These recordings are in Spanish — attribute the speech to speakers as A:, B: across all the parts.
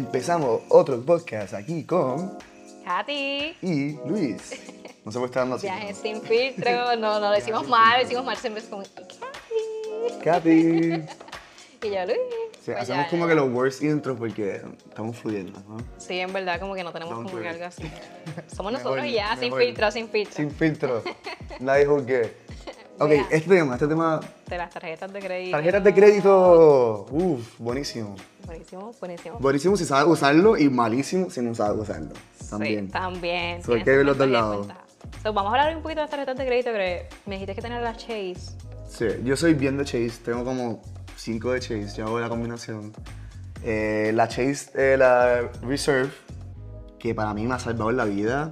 A: Empezamos otro podcast aquí con
B: Katy.
A: y Luis. No se puede estar dando así.
B: Viaje sin filtro. No, no lo decimos mal, lo decimos mal siempre es como Katy.
A: Katy.
B: Y yo, Luis.
A: Sí,
B: Pues
A: hacemos
B: ya,
A: como
B: ya.
A: que los worst intros porque estamos fluyendo, ¿no?
B: Sí, en verdad, como que no tenemos
A: Don't
B: como
A: do
B: que
A: it.
B: algo así. Somos
A: Me
B: nosotros
A: voy,
B: y ya,
A: me
B: sin
A: voy.
B: filtro, sin filtro.
A: Sin filtro. Nadie juzgue. Ok,
B: Vea.
A: este tema, este tema.
B: De las tarjetas de crédito.
A: Tarjetas de crédito. Uf, buenísimo.
B: Buenísimo, buenísimo.
A: Buenísimo si sabes usarlo y malísimo si no sabes usarlo. También.
B: Sí, también.
A: So, hay
B: tiene
A: que ver
B: sus
A: los dos
B: ventajas y
A: lados.
B: desventajas. So, vamos a hablar un poquito de las tarjetas de crédito, que me dijiste que tener las Chase.
A: Sí, yo soy bien de Chase, tengo como 5 de Chase, yo hago la combinación. Eh, la Chase, eh, la Reserve, que para mí me ha salvado la vida,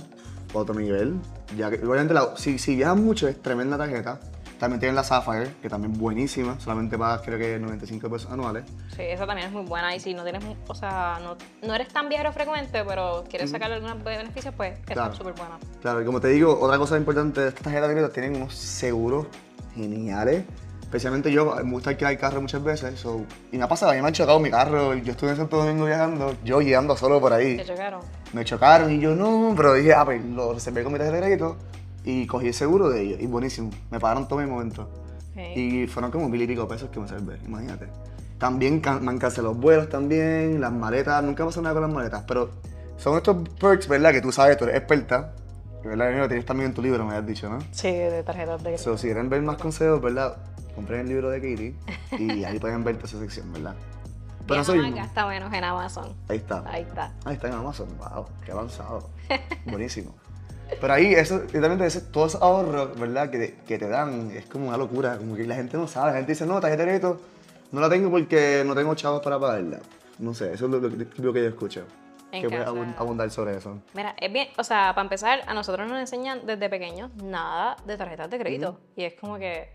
A: otro nivel. Ya que, obviamente, la- si, si viajas mucho, es tremenda tarjeta. También tienen la Sapphire, que también es buenísima, solamente pagas creo que 95 pesos anuales.
B: Sí, esa también es muy buena. Y si no tienes, mu- o sea, no, no eres tan viajero frecuente, pero quieres sacarle algunos beneficios, pues esa
A: Claro.
B: es súper buena.
A: Claro, y como te digo, otra cosa importante de estas tarjetas de crédito tienen unos seguros geniales. Especialmente yo, eh, me gusta alquilar carro muchas veces. so- y me ha pasado, a mí me han chocado mi carro. Yo estuve en Santo Domingo viajando, yo guiando solo por
B: Te
A: ahí.
B: chocaron.
A: Me chocaron y yo no, pero dije, ah, pues lo reservé con mi tarjeta de crédito y cogí el seguro de ellos. Y buenísimo, me pagaron todo mi momento.
B: Sí.
A: Y fueron como mil y pico pesos que me salvé, imagínate. También can- me han cancelado los vuelos también, las maletas, nunca pasó nada con las maletas, pero son estos perks, ¿verdad? Que tú sabes, tú eres experta, ¿verdad? Lo tienes también en tu libro, me has dicho, ¿no?
B: Sí, de tarjetas de crédito.
A: So, si quieren ver más consejos, ¿verdad? Compren el libro de Katie y ahí pueden ver toda esa sección, ¿verdad? Pero
B: Pero
A: eso mismo,
B: gasta menos en Amazon.
A: ahí está.
B: Ahí está.
A: Ahí Ah, está en Amazon, wow, qué avanzado. Buenísimo. Pero ahí, eso, literalmente, ese, todos esos ahorros, ¿verdad? Que, te- que te dan, es como una locura, como que la gente no sabe, la gente dice, no, tarjeta de crédito, no la tengo porque no tengo chavos para pagarla. No sé, eso es lo, lo que- lo que yo escucho.
B: En
A: que voy a
B: casa.
A: abun- abundar sobre eso.
B: Mira, es bien, o sea, para empezar, a nosotros nos enseñan desde pequeños nada de tarjetas de crédito. Y es como que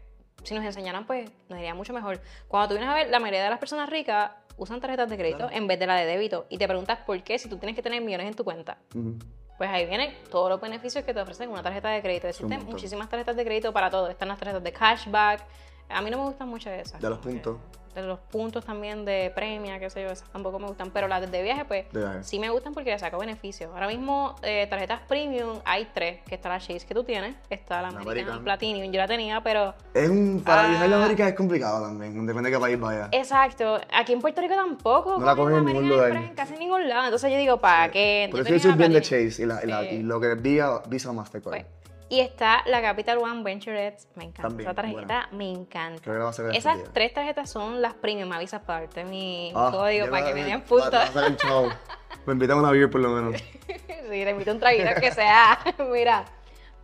B: si nos enseñaran, pues nos iría mucho mejor. Cuando tú vienes a ver, la mayoría de las personas ricas usan tarjetas de crédito en vez de la de débito. Y te preguntas por qué si tú tienes que tener millones en tu cuenta.
A: Ujú.
B: Pues ahí vienen todos los beneficios que te ofrecen una tarjeta de crédito. Existen
A: montón.
B: muchísimas tarjetas de crédito para todo. Están las tarjetas de cashback. A mí no me gustan mucho esas.
A: De los
B: como que-
A: puntos.
B: De los puntos también de premia, qué sé yo, esas tampoco me gustan. Pero las de viaje, pues
A: De viaje.
B: sí me gustan porque le saco beneficios. Ahora mismo, eh, tarjetas premium, hay tres: que está la Chase que tú tienes, está la
A: La
B: American,
A: American.
B: Platinum. Yo la tenía, pero.
A: Es un, para
B: Ah. Eh,
A: viajar a América es complicado también, depende de qué país vaya.
B: Exacto, aquí en Puerto Rico tampoco.
A: No la
B: cogen
A: cogen en ningún
B: American
A: lugar.
B: Express en casi ningún lado. Entonces yo digo, ¿para qué?
A: Por eso yo
B: Yo tenía
A: soy
B: la
A: bien de
B: Platinum.
A: Chase y, la- y la-
B: Sí.
A: y lo que diga Visa Mastercard.
B: Pues, y está la Capital One Venturettes. Me encanta.
A: También,
B: Esa tarjeta
A: buena.
B: me encanta.
A: Creo que la vas a sacar
B: Esas
A: ese día.
B: tres tarjetas son las premium. Me avisas para darte mi
A: Ah,
B: código
A: ya
B: para
A: va-
B: que me den
A: va- va a
B: puntos.
A: ser el chavo. Me invitan a una beer por lo menos.
B: sí, le invito un traguito que sea. Mira,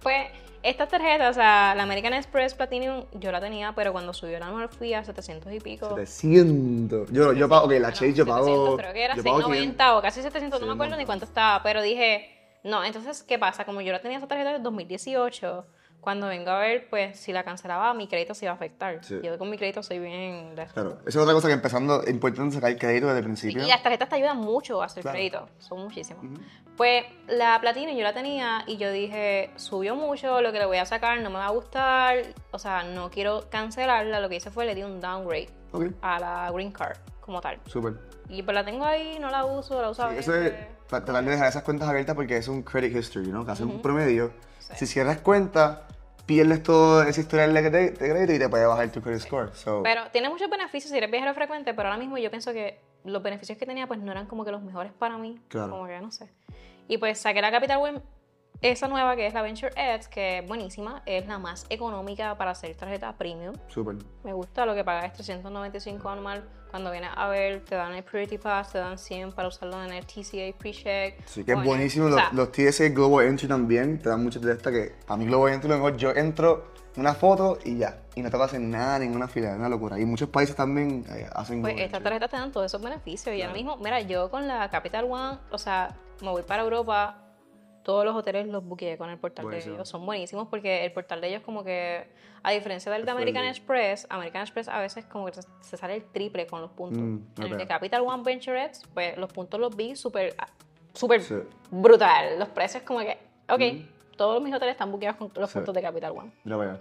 B: pues estas tarjetas, o sea, la American Express Platinum, yo la tenía, pero cuando subió la mejor fui a 700 y pico.
A: 700. Yo, yo pago, ok, la
B: Bueno,
A: Chase yo pago.
B: 700, creo que era
A: yo pago
B: 690 o casi 700, no me acuerdo ni
A: 690.
B: cuánto estaba, pero dije, no, entonces, ¿qué pasa? Como yo la tenía esa tarjeta del 2018, cuando vengo a ver, pues si la cancelaba, mi crédito se iba a afectar.
A: Sí.
B: Yo con mi crédito soy bien... de-
A: Claro, esa es otra cosa que empezando, es importante sacar crédito desde el
B: Y
A: principio.
B: las tarjetas te ayudan mucho a hacer
A: Claro.
B: crédito, son muchísimas.
A: Ujú.
B: Pues la platina yo la tenía y yo dije, subió mucho, lo que le voy a sacar no me va a gustar, o sea, no quiero cancelarla, lo que hice fue le di un downgrade
A: Ok,
B: a la green card como tal.
A: súper.
B: Y pues la tengo ahí, no la uso, la uso a
A: Sí,
B: veces.
A: eso es tra- tratar de dejar esas cuentas abiertas porque es un credit history, ¿no? Que hace un promedio.
B: Sí.
A: Si cierras cuenta, pierdes todo ese historial de cre- de crédito y te puede bajar tu credit score. So,
B: Pero tiene muchos beneficios si eres viajero frecuente, pero ahora mismo yo pienso que los beneficios que tenía pues no eran como que los mejores para mí.
A: Claro.
B: Como que no sé. Y pues saqué la Capital One, esa nueva que es la Venture Edge, que es buenísima, es la más económica para hacer tarjeta premium.
A: súper.
B: Me gusta lo que pagas es 395 anual. Cuando vienes a ver, te dan el Priority Pass, te dan 100 para usarlo en el TCA Pre-Check.
A: Sí, que es
B: o en-
A: buenísimo.
B: o
A: Los,
B: sea,
A: los TSA Global Entry también te dan muchas de estas que a mí Global Entry lo mejor. Yo entro una foto y ya. Y no te hacen nada, ninguna fila, es una locura. Y muchos países también eh, hacen
B: Pues
A: Global
B: estas
A: Entry.
B: tarjetas te dan todos esos beneficios. Y ahora mismo, mira, yo con la Capital One, o sea, me voy para Europa, todos los hoteles los buqueé con el portal
A: Buenísimo.
B: de ellos. Son buenísimos porque el portal de ellos, como que, a diferencia del de American
A: friendly.
B: Express, American Express a veces como que se- se sale el triple con los puntos.
A: Mm,
B: en el
A: ok.
B: de Capital One Venturettes, pues los puntos los vi súper, ah, súper
A: Sí. Mm.
B: brutal. Los precios, como que, ok, todos mis hoteles están buqueados con los puntos de Capital One.
A: Mira, vaya.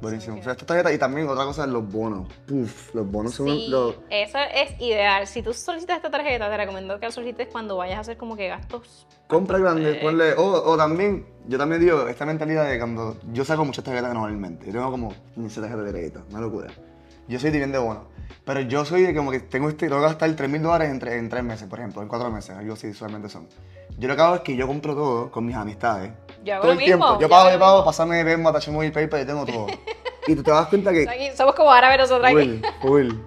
A: Buenísimo. O sea, estas tarjetas y también otra cosa, los bonos. Puf, los bonos
B: Sí,
A: son los...
B: eso es ideal. Si tú solicitas esta tarjeta, te recomiendo que la solicites cuando vayas a hacer como que gastos.
A: Compra grande, ponle... O, o también, yo también digo, esta mentalidad de cuando... Yo saco muchas tarjetas normalmente. Yo tengo como 15 tarjetas de crédito, una locura. Yo soy bien de bonos. Pero yo soy de como que tengo este... Tengo que gastar 3 mil dólares en, tre- en 3 meses, por ejemplo, en 4 meses. Algo así solamente son. Yo lo que hago es que yo compro todo con mis amistades.
B: Yo hago
A: todo
B: lo
A: el tiempo.
B: mismo,
A: Yo
B: yo
A: pago,
B: hago
A: yo
B: lo
A: pago,
B: mismo.
A: pasame Venmo, Atachemóvil, PayPal, yo tengo todo. y tú te das cuenta que...
B: Aquí somos como árabes nosotros aquí.
A: Cool, cool.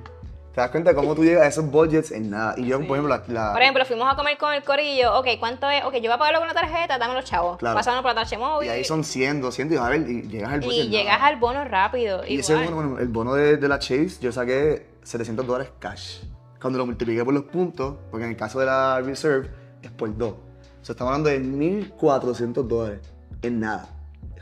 A: ¿Te das cuenta cómo tú llegas a esos budgets en nada? Y yo, por ejemplo, la, la-
B: Por ejemplo, fuimos a comer con el corillo. Ok, ¿cuánto es? Ok, yo voy a pagarlo con la tarjeta, dame los chavos.
A: Claro.
B: Pásamelo por la tarjeta
A: Y
B: móvil.
A: ahí son 100, 200 y, vas a ver, y llegas al
B: y
A: budget. en nada.
B: llegas al bono rápido.
A: Y ese
B: igual.
A: bono, bueno, el bono de, de la Chase, yo saqué 700 dólares cash. Cuando lo multipliqué por los puntos, porque en el caso de la Reserve es por 2. O sea, estamos hablando de 1.400 dólares en nada.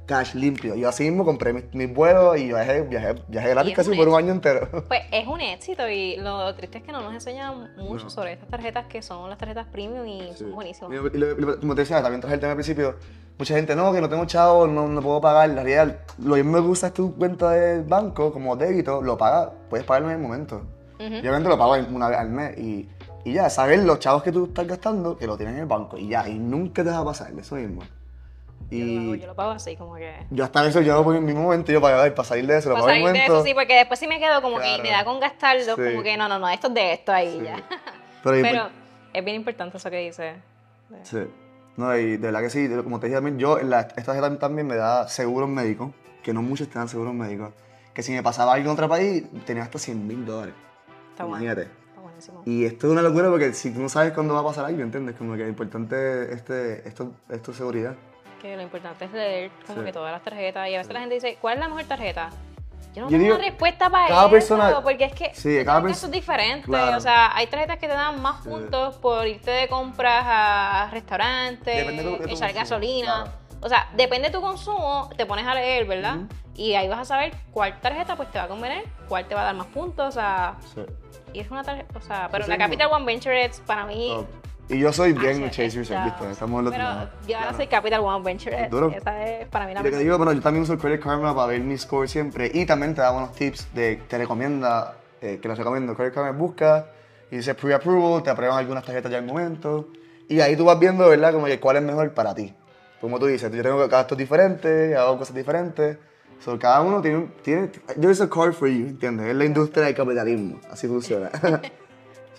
A: Cash limpio. Yo así mismo compré mis, mis vuelos y viajé, viajé, viajé gratis
B: es
A: casi
B: un
A: por un año entero.
B: Pues es un éxito y lo triste es que no nos enseñan mucho
A: No.
B: sobre estas tarjetas que son las tarjetas premium y
A: Sí.
B: son buenísimas.
A: Y lo- y lo- y lo- como te decía, también traje el tema al principio. Mucha gente, no, que no tengo chavo, no, no puedo pagar. La realidad, lo mismo que usas tu cuenta del banco como débito, lo pagas, puedes pagarlo en el momento.
B: Ujú.
A: Yo obviamente lo pago en- una vez al mes y, y ya, saber los chavos que tú estás gastando, que lo tienes en el banco y ya, y nunca te va a pasar, eso mismo.
B: Yo, lo hago,
A: Y
B: yo lo pago así, como que.
A: yo hasta eso yo lo pongo en mi momento, yo para, para salir de eso, lo
B: Para
A: pago en
B: salir
A: el
B: de
A: momento.
B: eso, sí, porque después sí me quedo como
A: Claro.
B: que me da con gastarlo,
A: Sí.
B: como que no, no, no, esto es de esto ahí
A: Sí. pues.
B: ya.
A: Pero-
B: Pero es bien importante eso que dice.
A: Sí. No, y de verdad que sí, de- como te dije también, yo, en la, esta tarjeta también me da seguros médicos, que no muchos te dan seguros médicos. Que si me pasaba algo en otro país, tenía hasta 100 mil dólares.
B: Está bueno.
A: Imagínate.
B: Está buenísimo.
A: Y esto es una locura porque si tú no sabes cuándo va a pasar algo, ¿entiendes? Como que lo importante este, esto, esto es seguridad.
B: Que lo importante es leer como
A: Sí.
B: que todas las tarjetas. Y a veces la gente dice, ¿cuál es la mejor tarjeta? Yo no
A: Yo
B: tengo
A: digo,
B: una respuesta para
A: cada
B: eso,
A: persona-
B: porque es que
A: Sí, cada
B: son
A: pers-
B: casos diferentes.
A: Claro.
B: O sea, hay tarjetas que te dan más puntos por irte de compras a restaurantes,
A: Depende de lo que tú
B: echar
A: consumas,
B: gasolina.
A: claro.
B: O sea, depende de tu consumo, te pones a leer, ¿verdad?
A: Ujú.
B: Y ahí vas a saber cuál tarjeta pues te va a convenir, cuál te va a dar más puntos, o sea,
A: Sí.
B: y es una tarjeta, o sea, pero
A: Eso
B: la
A: mismo.
B: Capital One Venture es para mí
A: Top. Oh. Y yo soy bien
B: Ah, sí,
A: Chase Research,
B: está.
A: ¿viste? Estamos en los
B: Pero
A: lados.
B: yo ahora soy Capital One Venture.
A: Duro.
B: Esa es para mí la
A: Y lo que
B: mejor.
A: digo, bueno, yo también uso el Credit Karma para ver mi score siempre y también te da buenos tips de, te recomienda, eh, que les recomiendo, Credit Karma busca y dice pre-approval, te aprueban algunas tarjetas ya al momento y ahí tú vas viendo, ¿verdad? Como que cuál es mejor para ti. Como tú dices, yo tengo gastos diferentes, hago cosas diferentes, so, cada uno tiene, un- tiene, there's a card for you, ¿entiendes? Es la industria del capitalismo, así funciona.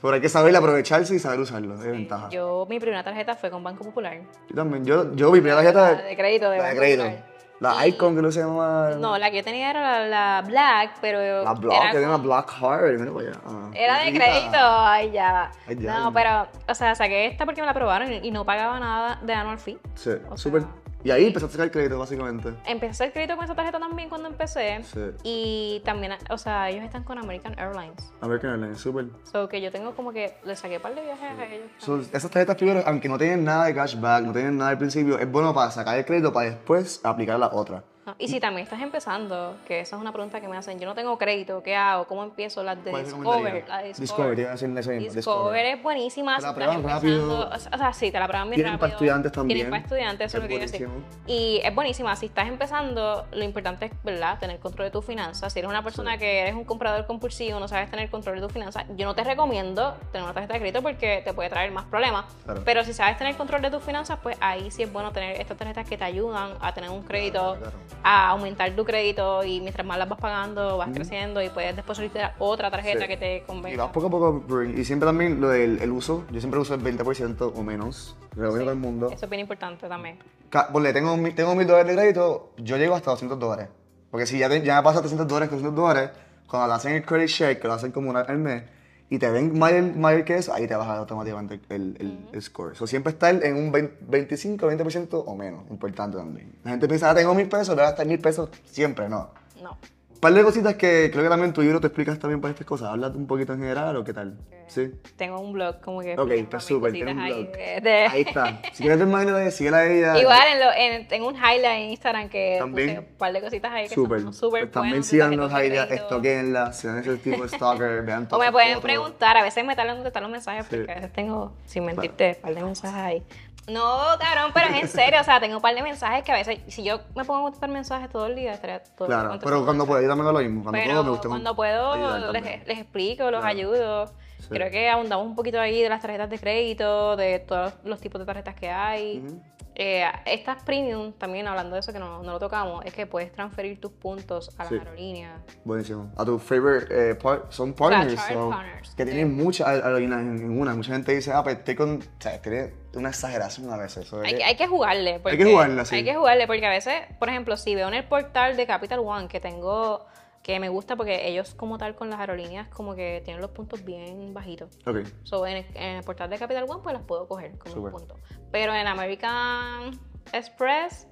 A: Pero hay que saber aprovecharse y saber usarlo, es ventaja. Yo,
B: Yo, mi primera tarjeta fue con Banco Popular.
A: también, yo, yo mi primera tarjeta...
B: La de crédito Ah, de
A: La de
B: Banco
A: crédito.
B: Popular.
A: La Icon, que no se llama...
B: No, la que yo tenía era la, la Black, pero.
A: La Block,
B: era
A: que tiene una
B: con-
A: Black Heart. Mira, vaya. ah,
B: Era de
A: bonita.
B: crédito, ay ya.
A: Ay, ya.
B: No, pero, o sea, saqué esta porque me la aprobaron y- y no pagaba nada de annual fee.
A: Sí,
B: O
A: súper.
B: sea,
A: Y ahí empezaste a sacar crédito, básicamente.
B: Empecé a hacer crédito con esa tarjeta también cuando empecé.
A: Sí.
B: Y también, o sea, ellos están con American Airlines.
A: A ver qué Airlines, súper.
B: So que yo tengo como que le saqué par de viajes a ellos.
A: So, esas tarjetas primero, aunque no tienen nada de cashback, no tienen nada al principio, es bueno para sacar el crédito para después aplicar la otra.
B: Ah, Y si también estás empezando, que esa es una pregunta que me hacen, yo no tengo crédito, ¿qué hago? ¿Cómo empiezo? Las de
A: ¿Cuál
B: Discover.
A: recomendarías?
B: La de
A: Discover, te
B: Discover.
A: iba a decir eso mismo,
B: Discover es buenísima.
A: Te la
B: si estás
A: prueban rápido.
B: empezando, O sea, sí, te la prueban bien
A: Tienen
B: rápido.
A: para estudiantes también.
B: Tienen para estudiantes, eso es
A: Es
B: lo que quiero decir.
A: buenísimo.
B: Y es buenísima. Si estás empezando, lo importante es, ¿verdad?, tener control de tus finanzas. Si eres una persona que eres un comprador compulsivo, no sabes tener control de tus finanzas, yo no te recomiendo tener una tarjeta de crédito porque te puede traer más problemas.
A: Claro.
B: Pero si sabes tener control de tus finanzas, pues ahí sí es bueno tener estas tarjetas que te ayudan a tener un crédito
A: Claro, claro.
B: a aumentar tu crédito y mientras más las vas pagando vas creciendo y puedes después solicitar otra tarjeta
A: Sí.
B: que te
A: Y
B: convenga.
A: vas poco a poco, bring. y siempre también lo del el uso, yo siempre uso el 20% o menos, recomiendo a todo el mundo.
B: Eso es bien importante también.
A: Ca- Ponle, tengo, un mi- tengo mil dólares de crédito, yo llego hasta 200 dólares. Porque si ya, te, ya me pasa 300 dólares, 400 dólares, cuando te hacen el credit check, que lo hacen como una al mes, y te ven mayor, mayor que eso, ahí te baja automáticamente el, el- el score. So, siempre estar en un 20 25, 20% o menos, importante también. La gente piensa, ah, tengo mil pesos, voy a gastar mil pesos, siempre, no.
B: No.
A: Un par de cositas que creo que también en tu libro te explicas también para estas cosas. Háblate un poquito en general o qué tal. Sí.
B: Tengo un blog como que...
A: Ok,
B: explica
A: está
B: mis
A: súper,
B: cositas
A: tiene un
B: ahí
A: blog.
B: de- de-
A: Ahí está. Si quieres ver más de síguela a ella.
B: Igual en, lo- en- tengo un highlight en Instagram que
A: También.
B: puse un par de cositas ahí que
A: Súper.
B: son súper
A: Pues también
B: buenas,
A: sigan
B: tarjetas
A: los
B: de
A: ideas,
B: crédito.
A: estoquenla, sean ese tipo de stalker, vean
B: O
A: todas
B: me
A: sus
B: pueden
A: fotos.
B: preguntar, a veces me tardan en contestar los mensajes
A: Sí.
B: porque a veces tengo, sin mentirte, un par de mensajes ahí. No, cabrón, pero es en serio. O sea, tengo un par de mensajes que a veces, si yo me pongo a contestar mensajes todo el día, estaría todo el día
A: Claro,
B: contestando
A: pero cuando pueda, yo también lo mismo. Cuando
B: Pero
A: puedo, me gusta
B: cuando
A: con- ayudar
B: puedo,
A: también.
B: les, les explico, los
A: Claro.
B: ayudo.
A: Sí.
B: Creo que abundamos un poquito ahí de las tarjetas de crédito, de todos los tipos de tarjetas que hay.
A: Ujú.
B: Eh, estas premium, también hablando de eso que no, no lo tocamos, es que puedes transferir tus puntos a las
A: Sí.
B: aerolíneas.
A: Buenísimo. A tu favorite eh, par- son partners,
B: charter
A: so,
B: partners,
A: que tienen muchas aer- aerolíneas en en una. Mucha gente dice, ah, pues estoy con. O sea, tiene una exageración a veces. so,
B: Hay,
A: eh,
B: que- hay que jugarle. Porque,
A: jugarla, sí.
B: Hay que jugarle, porque a veces, por ejemplo, si veo en el portal de Capital One que tengo, que me gusta porque ellos como tal con las aerolíneas como que tienen los puntos bien bajitos.
A: Ok,
B: So, en, el, en el portal de Capital One pues las puedo coger como un
A: Súper.
B: punto. Pero en American Express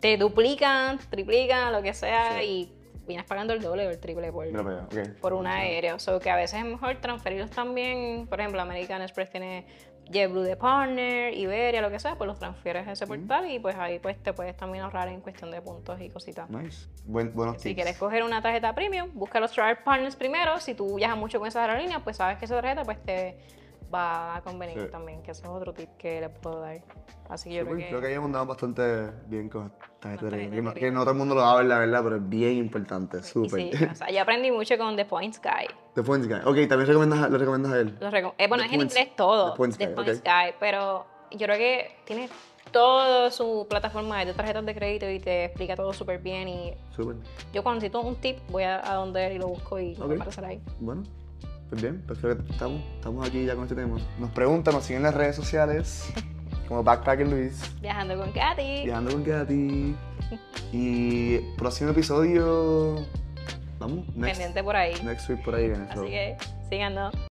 B: te duplican, triplican, lo que sea, y vienes pagando el doble o el triple por,
A: me lo pego. ok.
B: por un aéreo. So que a veces es mejor transferirlos también. Por ejemplo, American Express tiene JetBlue de partner, Iberia, lo que sea, pues los transfieres a ese portal y pues ahí pues te puedes también ahorrar en cuestión de puntos y cositas.
A: Nice. Buen- buenos tips.
B: Si quieres coger una tarjeta premium, busca los travel partners primero. Si tú viajas mucho con esas aerolíneas, pues sabes que esa tarjeta pues te va a convenir
A: Sí.
B: también, que ese es otro tip que le puedo dar. Así que yo
A: Súper,
B: creo que...
A: pues, Creo que hayamos andado bastante bien con tarjetas de
B: tarjetas de
A: crédito. Que no- Que
B: crédito.
A: no todo el mundo lo sabe, la verdad, pero es bien importante.
B: y
A: Súper.
B: sí, o sea, yo aprendí mucho con The Points Guy.
A: The Points Guy. Ok, también recomiendas, a- lo recomiendas a él.
B: Lo recom- eh, bueno,
A: The
B: es en
A: Points-
B: inglés todo.
A: The Points
B: The
A: Guy,
B: Points
A: ok.
B: Guy, pero yo creo que tiene toda su plataforma de tarjetas de crédito y te explica todo súper bien. Y
A: Súper.
B: yo cuando necesito un tip, voy a, a donde él y lo busco y me va a
A: Ok.
B: aparecer ahí.
A: Bueno, pues bien, pues creo que estamos, estamos aquí ya con este tema. Nos preguntan, nos siguen en las redes sociales, como Backpacker Luis,
B: Viajando con Katy.
A: viajando con Katy. Y próximo episodio, vamos, next,
B: Pendiente por ahí.
A: next week por ahí viene. so.
B: Así que síganos.